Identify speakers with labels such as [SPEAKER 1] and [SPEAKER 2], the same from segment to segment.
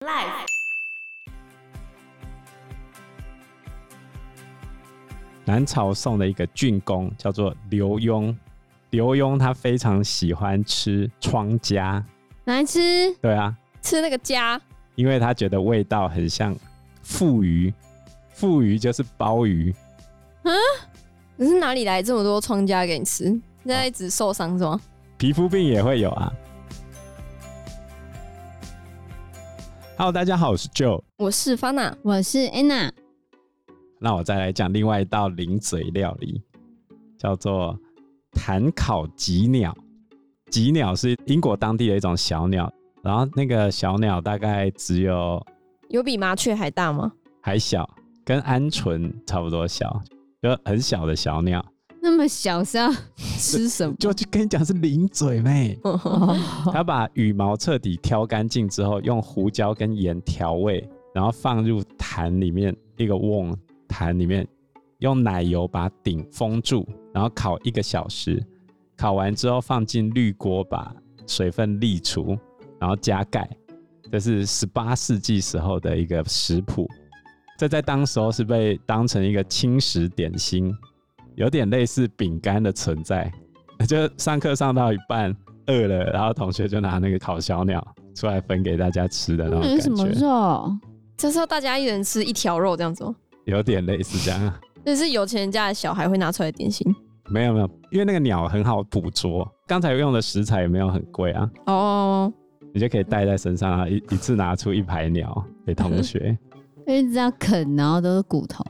[SPEAKER 1] Life。
[SPEAKER 2] 南朝宋的一个郡公叫做刘墉，刘墉他非常喜欢吃窗夹，
[SPEAKER 3] 来吃
[SPEAKER 2] 对啊，
[SPEAKER 3] 吃那个家，
[SPEAKER 2] 因为他觉得味道很像富鱼，富鱼就是鲍鱼，
[SPEAKER 3] 你是哪里来这么多窗家给你吃？你在一直受伤是吗？
[SPEAKER 2] 皮肤病也会有啊。Hello，大家好，我是 Joe。
[SPEAKER 3] 我是方娜，
[SPEAKER 4] 我是 Anna，
[SPEAKER 2] 那我再来讲另外一道零嘴料理，叫做坛烤吉鸟。吉鸟是英国当地的一种小鸟，然后那个小鸟大概只有
[SPEAKER 3] 有比麻雀还大吗？
[SPEAKER 2] 还小，跟鹌鹑差不多小，就很小的小鸟。
[SPEAKER 4] 那么小是要 吃什么？
[SPEAKER 2] 就就跟你讲是零嘴妹，
[SPEAKER 4] 哦
[SPEAKER 2] 它把羽毛彻底挑干净之后，用胡椒跟盐调味，然后放入坛里面一个瓮坛里面，用奶油把顶封住，然后烤一个小时。烤完之后放进滤锅，把水分沥除，然后加盖。这是十八世纪时候的一个食谱，这在当时候是被当成一个轻食点心，有点类似饼干的存在。就上课上到一半，饿了，然后同学就拿那个烤小鸟出来分给大家吃的那种
[SPEAKER 4] 有什么
[SPEAKER 2] 感觉，
[SPEAKER 4] 肉？
[SPEAKER 3] 这是要大家一人吃一条肉这样子吗？
[SPEAKER 2] 有点类似这样。啊
[SPEAKER 3] 这是有钱人家的小孩会拿出来的点心
[SPEAKER 2] 没有没有，因为那个鸟很好捕捉，刚才用的食材也没有很贵啊，
[SPEAKER 3] 哦。
[SPEAKER 2] 你就可以带在身上，然后啊一一次拿出一排鸟给同学。
[SPEAKER 4] 就一直要啃，然后都是骨头，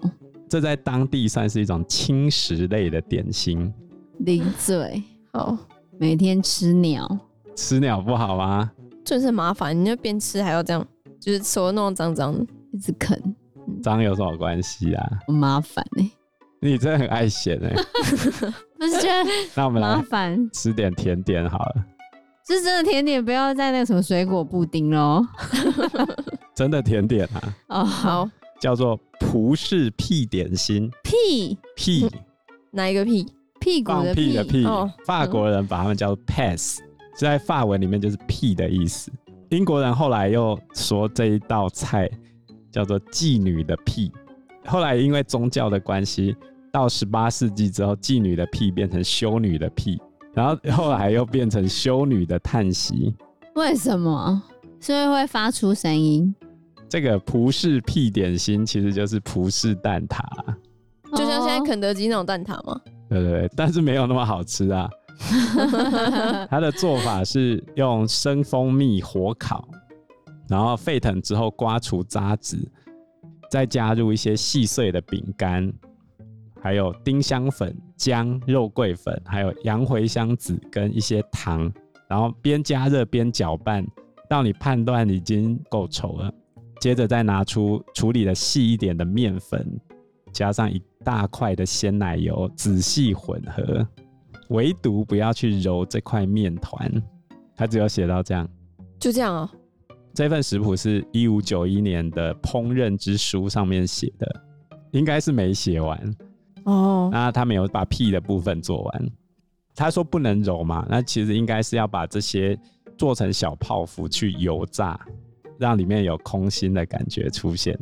[SPEAKER 2] 这在当地算是一种轻食类的点心。
[SPEAKER 4] 零嘴，
[SPEAKER 3] 好，
[SPEAKER 4] 每天吃鸟。
[SPEAKER 2] 吃鸟不好吗？
[SPEAKER 3] 真是很麻烦，你就边吃还要这样，就是手弄得脏脏的。
[SPEAKER 4] 一直啃，
[SPEAKER 2] 脏有什么关系啊？
[SPEAKER 4] 很麻烦哎、
[SPEAKER 2] 你真的很爱咸哎、
[SPEAKER 4] 不是觉 得
[SPEAKER 2] 那我们
[SPEAKER 4] 麻
[SPEAKER 2] 来
[SPEAKER 4] 烦，
[SPEAKER 2] 吃点甜点好了，
[SPEAKER 4] 是真的甜点，不要再那个什么水果布丁喽。
[SPEAKER 2] 真的甜点啊，
[SPEAKER 4] 哦，好
[SPEAKER 3] 好，
[SPEAKER 2] 叫做葡式屁点心。
[SPEAKER 4] 屁
[SPEAKER 2] 屁
[SPEAKER 3] 拿一个屁？
[SPEAKER 4] 屁股
[SPEAKER 2] 放
[SPEAKER 4] 的
[SPEAKER 2] 屁
[SPEAKER 4] 屁
[SPEAKER 2] 的屁，
[SPEAKER 3] 哦
[SPEAKER 2] 法国人把它们叫做 pass，这在法文里面就是屁的意思。英国人后来又说这一道菜叫做妓女的屁。后来因为宗教的关系，到十八世纪之后，妓女的屁变成修女的屁，然后后来又变成修女的叹息。
[SPEAKER 4] 为什么？所以会发出声音，
[SPEAKER 2] 这个葡式屁点心其实就是葡式蛋挞啦，
[SPEAKER 4] 就
[SPEAKER 3] 就像现在肯德基那种蛋挞吗？
[SPEAKER 2] 对对对，但是没有那么好吃啊。它的做法是用生蜂蜜火烤，然后沸腾之后刮除渣滓，再加入一些细碎的饼干，还有丁香粉、姜、肉桂粉，还有洋茴香籽跟一些糖，然后边加热边搅拌，到你判断已经够稠了。接着再拿出处理的细一点的面粉，加上一大块的鲜奶油，仔细混合，唯独不要去揉这块面团。它只有写到这样。
[SPEAKER 3] 就这样啊、
[SPEAKER 2] 这份食谱是一五九一年的《烹饪之书》上面写的，应该是没写完。
[SPEAKER 3] 哦，
[SPEAKER 2] 那他没有把屁的部分做完。他说不能揉嘛，那其实应该是要把这些做成小泡芙去油炸，让里面有空心的感觉出现，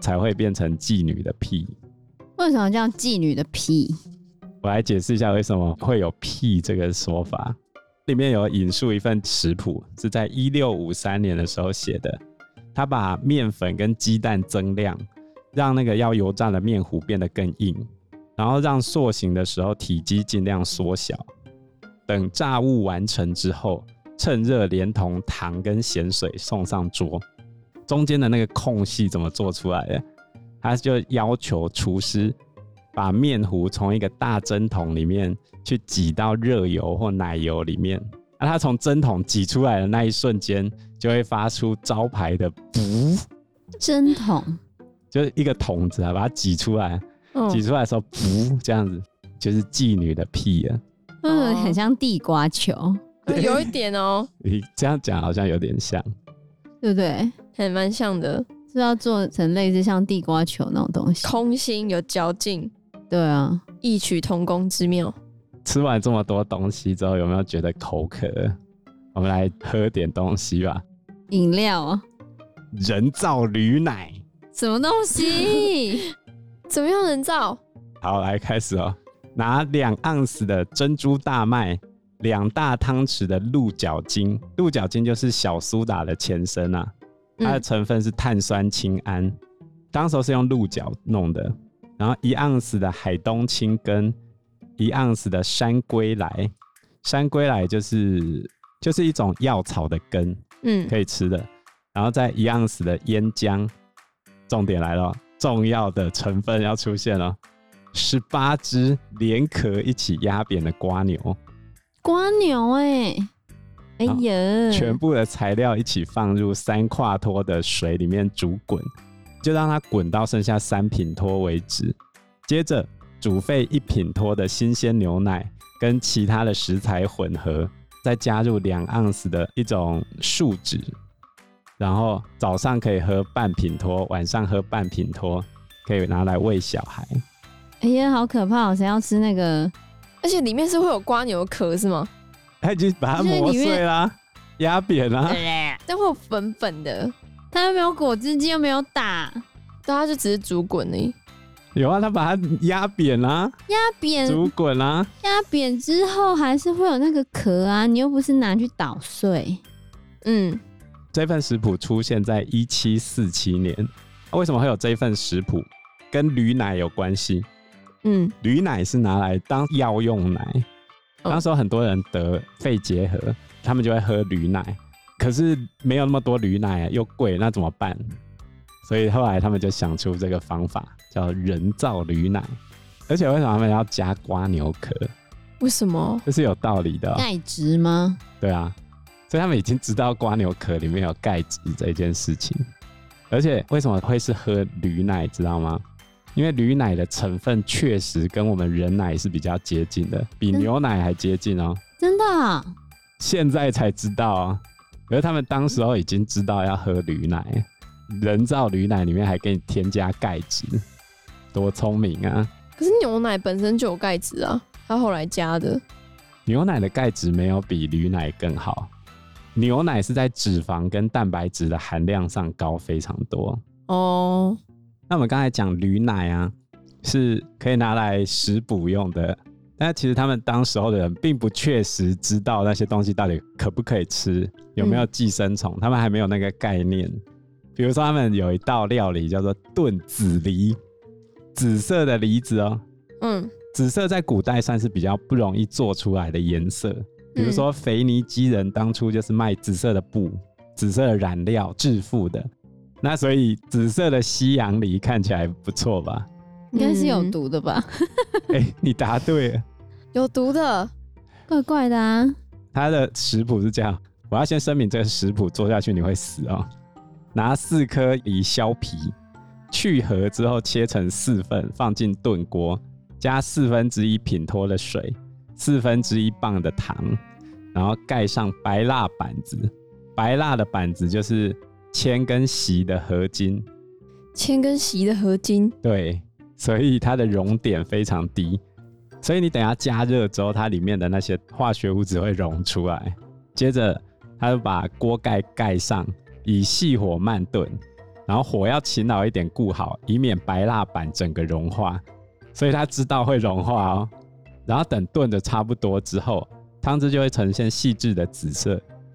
[SPEAKER 2] 才会变成妓女的屁。
[SPEAKER 4] 为什么叫妓女的屁？
[SPEAKER 2] 我来解释一下为什么会有“屁”这个说法。里面有引述一份食谱，是在一六五三年的时候写的。他把面粉跟鸡蛋增量，让那个要油炸的面糊变得更硬，然后让塑形的时候体积尽量缩小。等炸物完成之后，趁热连同糖跟咸水送上桌。中间的那个空隙怎么做出来的？他就要求厨师把面糊从一个大蒸桶里面去挤到热油或奶油里面。那、它从蒸桶挤出来的那一瞬间，就会发出招牌的“噗
[SPEAKER 4] 针筒，”，
[SPEAKER 2] 就是一个桶子啊，把它挤出来，挤
[SPEAKER 3] 嗯，
[SPEAKER 2] 出来的时候“噗”这样子，就是妓女的屁啊了。
[SPEAKER 4] 嗯，
[SPEAKER 3] 哦
[SPEAKER 4] 很像地瓜球，
[SPEAKER 3] 有一点哦，
[SPEAKER 2] 你这样讲好像有点像，
[SPEAKER 4] 对不对？
[SPEAKER 3] 还蛮像的，
[SPEAKER 4] 是要做成类似像地瓜球那种 东西。
[SPEAKER 3] 空心有嚼劲，
[SPEAKER 4] 对啊，
[SPEAKER 3] 异曲同工之 妙。
[SPEAKER 2] 吃完这么多东西之后，有没有觉得口渴？我们来喝点东西吧。
[SPEAKER 4] 饮料啊，
[SPEAKER 2] 人造驴奶。
[SPEAKER 4] 什么东西？
[SPEAKER 3] 怎么样人造？
[SPEAKER 2] 好，来开始哦。拿两盎司的珍珠大麦，两大汤匙的鹿角精，鹿角精就是小苏打的前身啊，它的
[SPEAKER 3] 嗯，
[SPEAKER 2] 成分是碳酸氢铵，当时候是用鹿角弄的。然后一盎司的海东青跟一盎司的山龟来，山龟来就是就是一种药草的根，
[SPEAKER 3] 嗯，
[SPEAKER 2] 可以吃的。然后再一盎司的烟姜，重点来了哦，重要的成分要出现了，十八只连壳一起压扁的瓜牛，
[SPEAKER 4] 瓜牛哎、哎
[SPEAKER 2] 好
[SPEAKER 4] 呀，
[SPEAKER 2] 全部的材料一起放入三跨脱的水里面煮滚，就让它滚到剩下三品脱为止。接着煮沸一品脱的新鲜牛奶，跟其他的食材混合，再加入两盎司的一种树脂，然后早上可以喝半品脱，晚上喝半品脱，可以拿来喂小孩。
[SPEAKER 4] 哎呀，好可怕、哦！谁要吃那个？
[SPEAKER 3] 而且里面是会有瓜牛壳是吗？
[SPEAKER 2] 它哎已经把它
[SPEAKER 4] 就是
[SPEAKER 2] 磨
[SPEAKER 4] 里面
[SPEAKER 2] 碎啦，压扁啦。
[SPEAKER 3] 但会有粉粉的，
[SPEAKER 4] 他又没有果汁机，又没有打，
[SPEAKER 3] 对，它就只是煮滚而已。
[SPEAKER 2] 有啊，它把它压扁啦，
[SPEAKER 4] 压扁
[SPEAKER 2] 煮滚啦。
[SPEAKER 4] 压扁之后还是会有那个壳啊，你又不是拿去捣碎。
[SPEAKER 3] 嗯，
[SPEAKER 2] 这份食谱出现在一七四七年。啊为什么会有这份食谱？跟驴奶有关系。
[SPEAKER 3] 嗯，
[SPEAKER 2] 驴奶是拿来当药用奶，
[SPEAKER 3] 嗯
[SPEAKER 2] 那时候很多人得肺结核，他们就会喝驴奶。可是没有那么多驴奶啊，又贵，那怎么办？所以后来他们就想出这个方法，叫人造驴奶。而且为什么他们要加瓜牛壳？
[SPEAKER 3] 为什么？
[SPEAKER 2] 这是有道理的哦、
[SPEAKER 4] 钙质吗？
[SPEAKER 2] 对啊，所以他们已经知道瓜牛壳里面有钙质这件事情。而且为什么会是喝驴奶，知道吗？因为驴奶的成分确实跟我们人奶是比较接近的，比
[SPEAKER 4] 嗯
[SPEAKER 2] 牛奶还接近哦。
[SPEAKER 4] 真的啊、
[SPEAKER 2] 现在才知道哦，可是他们当时候已经知道要喝驴奶，人造驴奶里面还给你添加钙质，多聪明啊！
[SPEAKER 3] 可是牛奶本身就有钙质啊，它后来加的。
[SPEAKER 2] 牛奶的钙质没有比驴奶更好，牛奶是在脂肪跟蛋白质的含量上高非常多。
[SPEAKER 3] 哦，
[SPEAKER 2] 那我们刚才讲驴奶啊，是可以拿来食补用的，但其实他们当时候的人并不确实知道那些东西到底可不可以吃，有没有寄生虫，他们还没有那个概念。比如说，他们有一道料理叫做炖紫梨，紫色的梨子哦，
[SPEAKER 3] 嗯，
[SPEAKER 2] 紫色在古代算是比较不容易做出来的颜色，比如
[SPEAKER 3] 嗯
[SPEAKER 2] 说腓尼基人当初就是卖紫色的布、紫色的染料致富的。那所以紫色的西洋梨看起来不错吧？
[SPEAKER 4] 应该是有
[SPEAKER 3] 嗯
[SPEAKER 4] 毒的吧？
[SPEAKER 2] 哎、你答对了，
[SPEAKER 3] 有毒的。
[SPEAKER 4] 怪怪的啊！
[SPEAKER 2] 它的食谱是这样。我要先声明，这个食谱做下去你会死哦。拿四颗梨削皮，去核之后切成四份，放进炖锅，加四分之一品脱的水，四分之一磅的糖，然后盖上白蜡板子。白蜡的板子就是铅跟锡的合金，
[SPEAKER 3] 铅跟锡的合金，
[SPEAKER 2] 对，所以它的熔点非常低，所以你等一下加热之后，它里面的那些化学物质会溶出来。接着，他就把锅盖盖上，以细火慢炖，然后火要勤劳一点顾好，以免白蜡板整个融化。所以他知道会融化哦。然后等炖的差不多之后，汤汁就会呈现细致的紫色，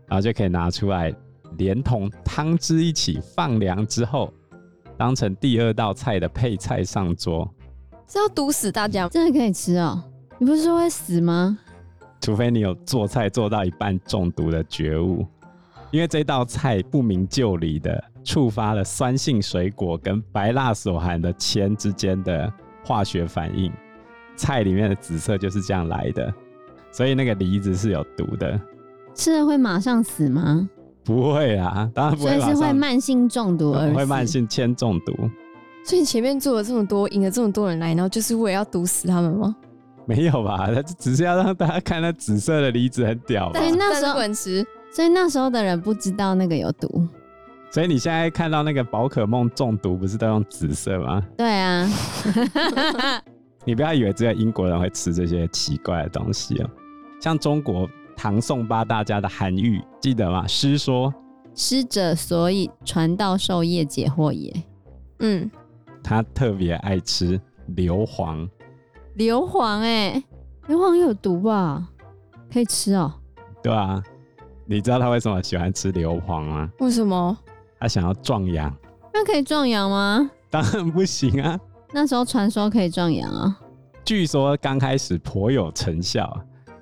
[SPEAKER 2] 然后就可以拿出来，连同汤汁一起放凉之后，当成第二道菜的配菜上桌，
[SPEAKER 3] 是要毒死大家吗？
[SPEAKER 4] 真的可以吃哦？你不是说会死吗？
[SPEAKER 2] 除非你有做菜做到一半中毒的觉悟，因为这道菜不明就里的触发了酸性水果跟白蜡所含的铅之间的化学反应，菜里面的紫色就是这样来的，所以那个梨子是有毒的。
[SPEAKER 4] 吃了会马上死吗？
[SPEAKER 2] 不会啦，当然不
[SPEAKER 4] 所
[SPEAKER 2] 会
[SPEAKER 4] 以
[SPEAKER 2] 马
[SPEAKER 4] 是会
[SPEAKER 2] 上，
[SPEAKER 4] 慢性中毒而死。
[SPEAKER 2] 会慢性铅中毒。
[SPEAKER 3] 所以你前面做了这么多，引了这么多人来，然后就是为了要毒死他们吗？
[SPEAKER 2] 没有吧？它只是要让大家看那紫色的梨子很屌吧
[SPEAKER 4] 对。那时候
[SPEAKER 3] 滚石，
[SPEAKER 4] 所以那时候的人不知道那个有毒。
[SPEAKER 2] 所以你现在看到那个宝可梦中毒，不是都用紫色吗？
[SPEAKER 4] 对啊，
[SPEAKER 2] 你不要以为只有英国人会吃这些奇怪的东西哦。像中国唐宋八大家的韩愈，记得吗？诗说
[SPEAKER 4] 师者，所以传道授业解惑也。
[SPEAKER 3] 嗯，
[SPEAKER 2] 他特别爱吃硫磺，
[SPEAKER 4] 硫磺哎、硫磺有毒吧？可以吃哦、
[SPEAKER 2] 对啊，你知道他为什么喜欢吃硫磺吗？
[SPEAKER 3] 为什么？
[SPEAKER 2] 他想要壮阳，
[SPEAKER 4] 那可以壮阳吗？
[SPEAKER 2] 当然不行啊。
[SPEAKER 4] 那时候传说可以壮阳啊。
[SPEAKER 2] 据说刚开始颇有成效，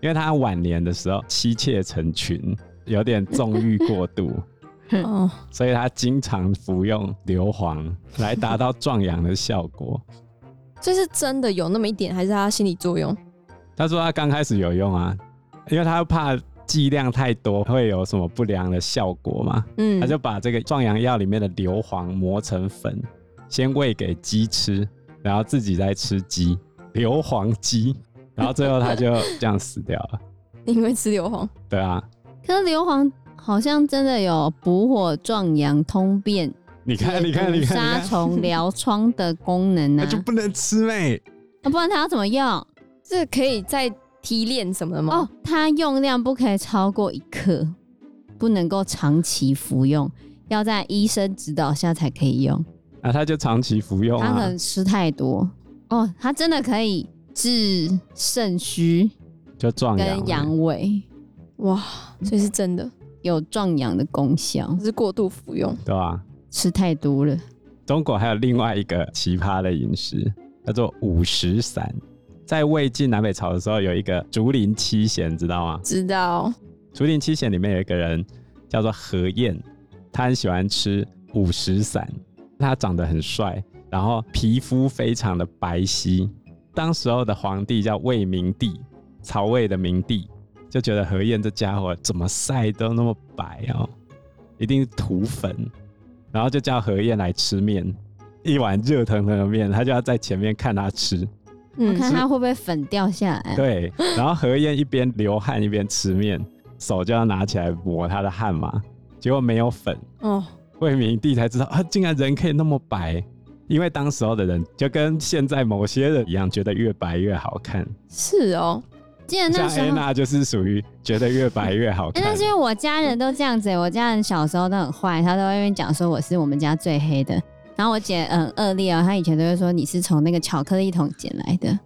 [SPEAKER 2] 因为他晚年的时候妻妾成群，有点纵欲过度，
[SPEAKER 3] 哦，
[SPEAKER 2] 所以他经常服用硫磺来达到壮阳的效果。
[SPEAKER 3] 这是真的有那么一点，还是他心理作用？
[SPEAKER 2] 他说他刚开始有用啊，因为他怕剂量太多会有什么不良的效果嘛，
[SPEAKER 3] 嗯，
[SPEAKER 2] 他就把这个壮阳药里面的硫磺磨成粉，先喂给鸡吃，然后自己再吃鸡，硫磺鸡，然后最后他就这样死掉了。
[SPEAKER 3] 因为吃硫磺，
[SPEAKER 2] 对啊，
[SPEAKER 4] 可是硫磺好像真的有补火、壮阳、通便、
[SPEAKER 2] 你看，你看，
[SPEAKER 4] 解毒
[SPEAKER 2] 你看，
[SPEAKER 4] 杀
[SPEAKER 2] 你看，
[SPEAKER 4] 虫、啊疗疮的功能
[SPEAKER 2] 那
[SPEAKER 4] 呢、啊
[SPEAKER 2] 就不哦能吃妹。
[SPEAKER 4] 不然它要怎么用？
[SPEAKER 3] 这可以再提炼什么的吗？
[SPEAKER 4] 哦，它用量不可以超过一克，不能够长期服用，要在医生指导下才可以用。
[SPEAKER 2] 啊，他就长期服用
[SPEAKER 4] 它可
[SPEAKER 2] 啊
[SPEAKER 4] 能，吃太多哦，它真的可以治肾虚
[SPEAKER 2] 就壮阳
[SPEAKER 4] 跟
[SPEAKER 2] 了。
[SPEAKER 4] 阳痿，
[SPEAKER 3] 哇，所以是真的，
[SPEAKER 4] 有壮阳的功效
[SPEAKER 3] 只。是过度服用。
[SPEAKER 2] 对吧、啊
[SPEAKER 4] 吃太多了，
[SPEAKER 2] 中国还有另外一个奇葩的饮食，叫做五石散。在魏晋南北朝的时候，有一个竹林七贤，知道吗？
[SPEAKER 3] 知道，
[SPEAKER 2] 竹林七贤里面有一个人叫做何晏，他很喜欢吃五石散。他长得很帅，然后皮肤非常的白皙。当时候的皇帝叫魏明帝，曹魏的明帝就觉得何晏这家伙怎么晒都那么白哦，一定是涂粉，然后就叫何晏来吃面。一碗热腾腾的面，他就要在前面看他吃。
[SPEAKER 4] 我
[SPEAKER 3] 嗯，
[SPEAKER 4] 看它会不会粉掉下来啊。
[SPEAKER 2] 对，然后何晏一边流汗一边吃面，手就要拿起来抹他的汗嘛，结果没有粉。
[SPEAKER 3] 哦，
[SPEAKER 2] 魏明帝才知道啊，竟然人可以那么白，因为当时候的人就跟现在某些人一样，觉得越白越好看。
[SPEAKER 3] 是哦，
[SPEAKER 4] 记得那
[SPEAKER 2] 像
[SPEAKER 4] 时
[SPEAKER 2] 安
[SPEAKER 4] 候，
[SPEAKER 2] 娜就是属于觉得越白越好
[SPEAKER 4] 哎、
[SPEAKER 2] 看。
[SPEAKER 4] 那是因为我家人都这样子、欸我家人小时候都很坏，他都会那边讲说我是我们家最黑的。然后我姐很恶劣哦，她以前都会说你是从那个巧克力桶捡来的。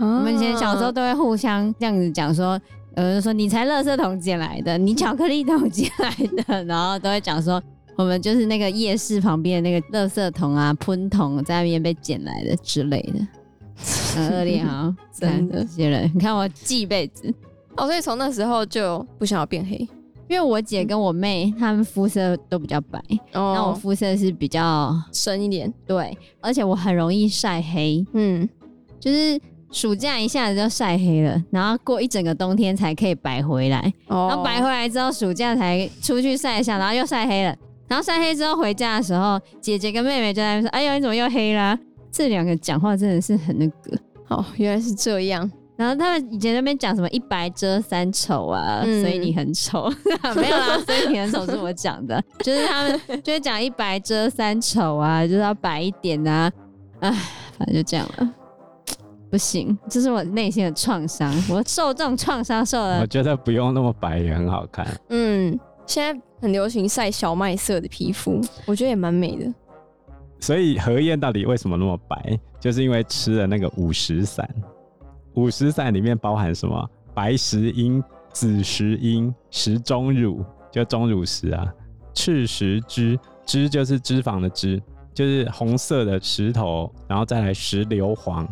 [SPEAKER 3] 我
[SPEAKER 4] 我们以前小时候都会互相这样子讲说，呃，就说你才垃圾桶捡来的，你巧克力桶捡来的，然后都会讲说我们就是那个夜市旁边的那个垃圾桶啊、喷桶在那边被捡来的之类的，很恶劣啊、哦，
[SPEAKER 3] 真的
[SPEAKER 4] 看这些人，你看我记一辈子，
[SPEAKER 3] 哦，所以从那时候就不想要变黑。
[SPEAKER 4] 因为我姐跟我妹她们肤色都比较白，
[SPEAKER 3] 哦，
[SPEAKER 4] 那我肤色是比较
[SPEAKER 3] 深一点，
[SPEAKER 4] 对，而且我很容易晒黑，
[SPEAKER 3] 嗯，
[SPEAKER 4] 就是暑假一下子就晒黑了，然后过一整个冬天才可以白回来，
[SPEAKER 3] 哦，
[SPEAKER 4] 然后白回来之后暑假才出去晒一下，然后又晒黑了，然后晒黑之后回家的时候，姐姐跟妹妹就在那边说：“哎呦，你怎么又黑啦、这两个讲话真的是很那个。
[SPEAKER 3] 哦，原来是这样，
[SPEAKER 4] 然后他们以前那边讲什么“一白遮三丑”啊，
[SPEAKER 3] 嗯
[SPEAKER 4] 所以你很丑， 没有啦，所以你很丑是我讲的， 就是他们就会讲“一白遮三丑”啊，就是要白一点啊，唉，反正就这样了。不行，这是我内心的创伤，我受这种创伤受了
[SPEAKER 2] 我觉得不用那么白也很好看。
[SPEAKER 3] 嗯，现在很流行晒小麦色的皮肤，我觉得也蛮美的。
[SPEAKER 2] 所以何晏到底为什么那么白，就是因为吃了那个五石散。五石散里面包含什么？白石英、紫石英、石钟乳，就钟乳石啊，赤石脂，脂就是脂肪的脂，就是红色的石头，然后再来石硫磺，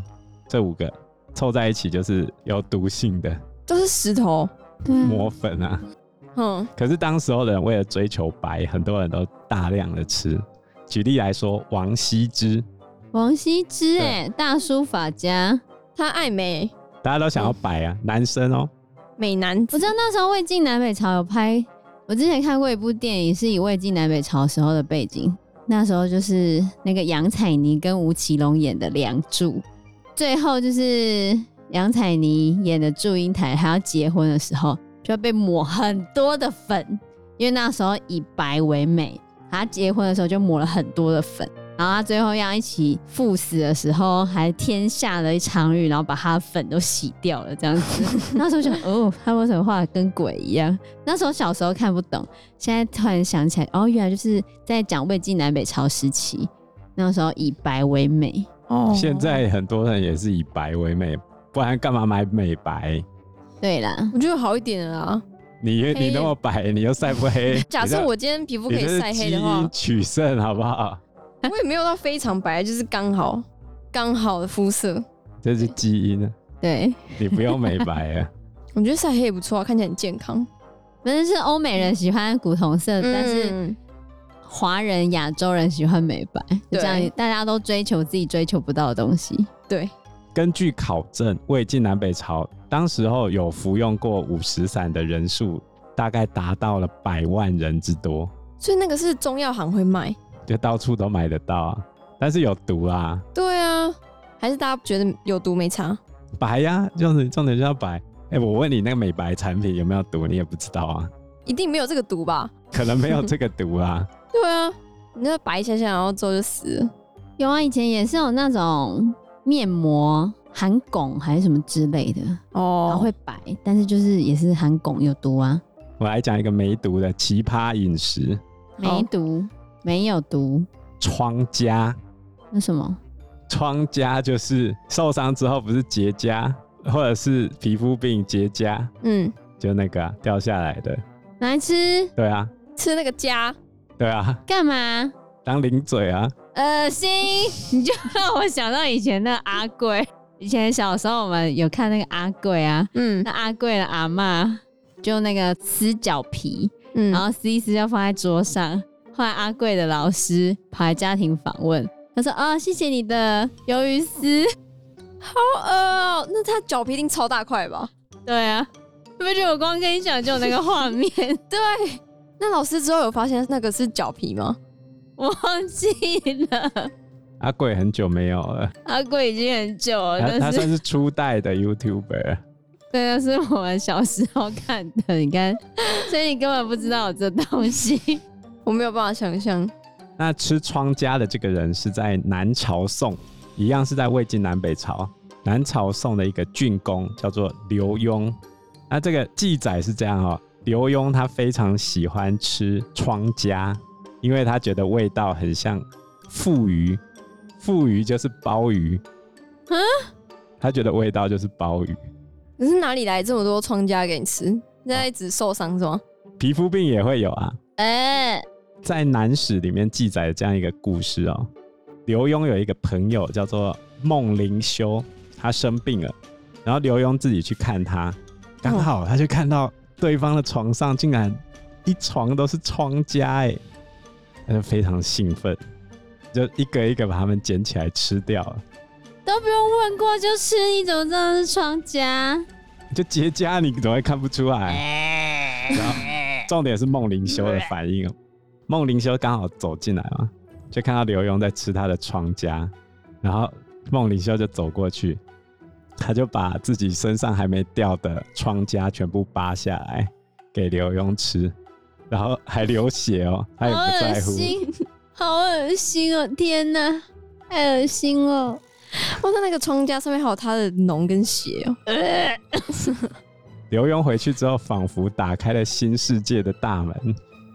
[SPEAKER 2] 这五个凑在一起就是有毒性的
[SPEAKER 3] 都是石头，
[SPEAKER 4] 对啊
[SPEAKER 2] 磨粉啊。
[SPEAKER 3] 嗯，
[SPEAKER 2] 可是当时候的人为了追求白，很多人都大量的吃。举例来说，王羲之。
[SPEAKER 4] 王羲之哎，大书法家。
[SPEAKER 3] 他爱美，
[SPEAKER 2] 大家都想要白啊，男生哦，
[SPEAKER 3] 美男
[SPEAKER 4] 我
[SPEAKER 3] 子
[SPEAKER 4] 知道那时候魏晋南北朝有拍，我之前看过一部电影，是以魏晋南北朝时候的背景，那时候就是那个杨采妮跟吴奇隆演的《梁祝》，最后就是杨采妮演的祝英台，她要结婚的时候就被抹很多的粉，因为那时候以白为美，她结婚的时候就抹了很多的粉，然后他最后要一起赴死的时候，还天下了一场雨，然后把他的粉都洗掉了，这样子。 那时候想，哦，他为什么画的跟鬼一样？那时候小时候看不懂，现在突然想起来，哦，原来就是在讲魏晋南北朝时期，那时候以白为美。
[SPEAKER 1] 哦
[SPEAKER 2] 现在很多人也是以白为美，不然干嘛买美白？
[SPEAKER 4] 对啦，
[SPEAKER 3] 我觉得好一点了啦。
[SPEAKER 2] 你
[SPEAKER 3] 黑。
[SPEAKER 2] 你那么白，你又晒不黑
[SPEAKER 3] 假
[SPEAKER 2] 你这
[SPEAKER 3] 设我今天皮肤可
[SPEAKER 2] 你
[SPEAKER 3] 以
[SPEAKER 2] 这是
[SPEAKER 3] 晒黑
[SPEAKER 2] 基
[SPEAKER 3] 的
[SPEAKER 2] 因
[SPEAKER 3] 话，
[SPEAKER 2] 取胜好不好？
[SPEAKER 3] 我也没有到非常白，就是刚好刚好的肤色。
[SPEAKER 2] 这是基因，啊，
[SPEAKER 4] 对，
[SPEAKER 2] 你不用美白 啊。
[SPEAKER 3] 我觉得晒黑也不错啊，看起来很健康。
[SPEAKER 4] 反正是欧美人喜欢古铜色，但是
[SPEAKER 3] 嗯
[SPEAKER 4] 华人、亚洲人喜欢美白，就
[SPEAKER 3] 对
[SPEAKER 4] 这样，大家都追求自己追求不到的东西。
[SPEAKER 3] 对，
[SPEAKER 2] 根据考证，魏晋南北朝当时候有服用过五石散的人数，大概达到了百万人之多，
[SPEAKER 3] 所以那个是中药行会卖。
[SPEAKER 2] 就到处都买得到啊。但是有毒啊，
[SPEAKER 3] 对啊，还是大家觉得有毒没差？
[SPEAKER 2] 白呀、就是重点就要白。哎、我问你，那个美白产品有没有毒？你也不知道啊，
[SPEAKER 3] 一定没有这个毒吧？
[SPEAKER 2] 可能没有这个毒啊。
[SPEAKER 3] 对啊，你那白一下下，然后之后就死了。
[SPEAKER 4] 有啊，以前也是有那种面膜含汞还是什么之类的，然后
[SPEAKER 3] 哦
[SPEAKER 4] 会白，但是就是也是含汞有毒啊，
[SPEAKER 2] 我来讲一个没毒的奇葩饮食：
[SPEAKER 4] 没毒，没有毒，
[SPEAKER 2] 疮痂。
[SPEAKER 4] 那什么？
[SPEAKER 2] 疮痂就是受伤之后不是结痂，或者是皮肤病结痂，
[SPEAKER 3] 嗯，
[SPEAKER 2] 就那个啊、掉下来的。
[SPEAKER 4] 拿来吃
[SPEAKER 2] 对啊，
[SPEAKER 3] 吃那个痂，
[SPEAKER 2] 对啊，
[SPEAKER 4] 干嘛？
[SPEAKER 2] 当零嘴啊。
[SPEAKER 4] 恶心！你就让我想到以前那阿贵， 以前小时候我们有看那个阿贵啊，
[SPEAKER 3] 嗯
[SPEAKER 4] 那阿贵的阿嬷就那个撕脚皮，
[SPEAKER 3] 嗯，
[SPEAKER 4] 然后撕一撕要放在桌上。后来阿贵的老师跑来家庭访问，他说：“啊、谢谢你的鱿鱼丝。
[SPEAKER 3] 好恶哦，那他脚皮一定超大块吧？”
[SPEAKER 4] 对啊，你不觉得我光跟你讲就有那个画面，
[SPEAKER 3] 对，那老师之后有发现那个是脚皮吗？
[SPEAKER 4] 我忘记了。
[SPEAKER 2] 阿贵啊很久没有了，
[SPEAKER 4] 阿贵已经很久了，
[SPEAKER 2] 他他
[SPEAKER 4] 哦但是
[SPEAKER 2] 算是初代的 YouTuber。
[SPEAKER 4] 对啊，是我们小时候看的，你看，所以你根本不知道有这东西。
[SPEAKER 3] 我没有办法想象。
[SPEAKER 2] 那吃疮痂的这个人是在南朝宋，一样是在魏晋南北朝。南朝宋的一个郡公叫做刘墉，那这个记载是这样哦，刘墉他非常喜欢吃疮痂，因为他觉得味道很像富鱼，富鱼就是鲍鱼，
[SPEAKER 3] 啊
[SPEAKER 2] 他觉得味道就是鲍鱼，
[SPEAKER 3] 可是哪里来这么多疮痂给你吃？你在一直受伤是吗？
[SPEAKER 2] 皮肤病也会有啊。
[SPEAKER 4] 哎、
[SPEAKER 2] 在《南史》里面记载这样一个故事哦，刘墉有一个朋友叫做孟灵修，他生病了，然后刘墉自己去看他，刚好他就看到对方的床上竟然一床都是疮痂，哎，他就非常兴奋，就一个一个把它们捡起来吃掉了，
[SPEAKER 4] 都不用问过就吃，你怎么知道是庄家？
[SPEAKER 2] 就结痂，你怎么会看不出来？
[SPEAKER 4] 哎
[SPEAKER 2] 然后重点是孟灵修的反应哦，孟灵修刚好走进来嘛，就看到刘墉在吃他的疮痂，然后孟灵修就走过去，他就把自己身上还没掉的疮痂全部扒下来给刘墉吃，然后还流血哦，他
[SPEAKER 4] 好
[SPEAKER 2] 也不
[SPEAKER 4] 恶
[SPEAKER 2] 在乎。
[SPEAKER 4] 心，好恶心哦！天哪，太恶心了！
[SPEAKER 3] 哇，那那个疮痂上面还有它的脓跟血哦、
[SPEAKER 2] 刘墉回去之后，仿佛打开了新世界的大门，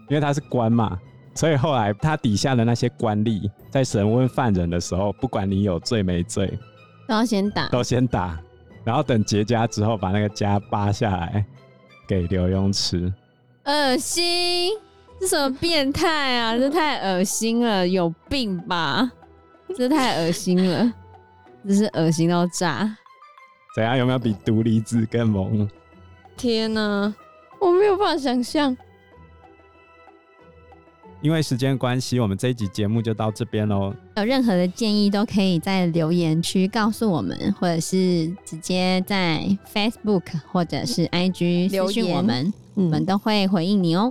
[SPEAKER 2] 因为他是官嘛，所以后来他底下的那些官吏在审问犯人的时候，不管你有罪没罪，
[SPEAKER 4] 都要先打，
[SPEAKER 2] 都先打，然后等结痂之后，把那个痂扒下来给刘墉吃。
[SPEAKER 4] 恶心！这什么变态啊？这太恶心了，有病吧？这太恶心了，这是恶心到炸！
[SPEAKER 2] 怎样？有没有比毒梨子更猛？
[SPEAKER 3] 天哪、我没有办法想象。
[SPEAKER 2] 因为时间关系，我们这一集节目就到这边喽。
[SPEAKER 4] 有任何的建议都可以在留言区告诉我们，或者是直接在 Facebook 或者是
[SPEAKER 3] 嗯
[SPEAKER 4] IG
[SPEAKER 3] 留
[SPEAKER 4] 私讯
[SPEAKER 3] 言
[SPEAKER 4] 我们，我们
[SPEAKER 3] 嗯，
[SPEAKER 4] 都会回应你哦。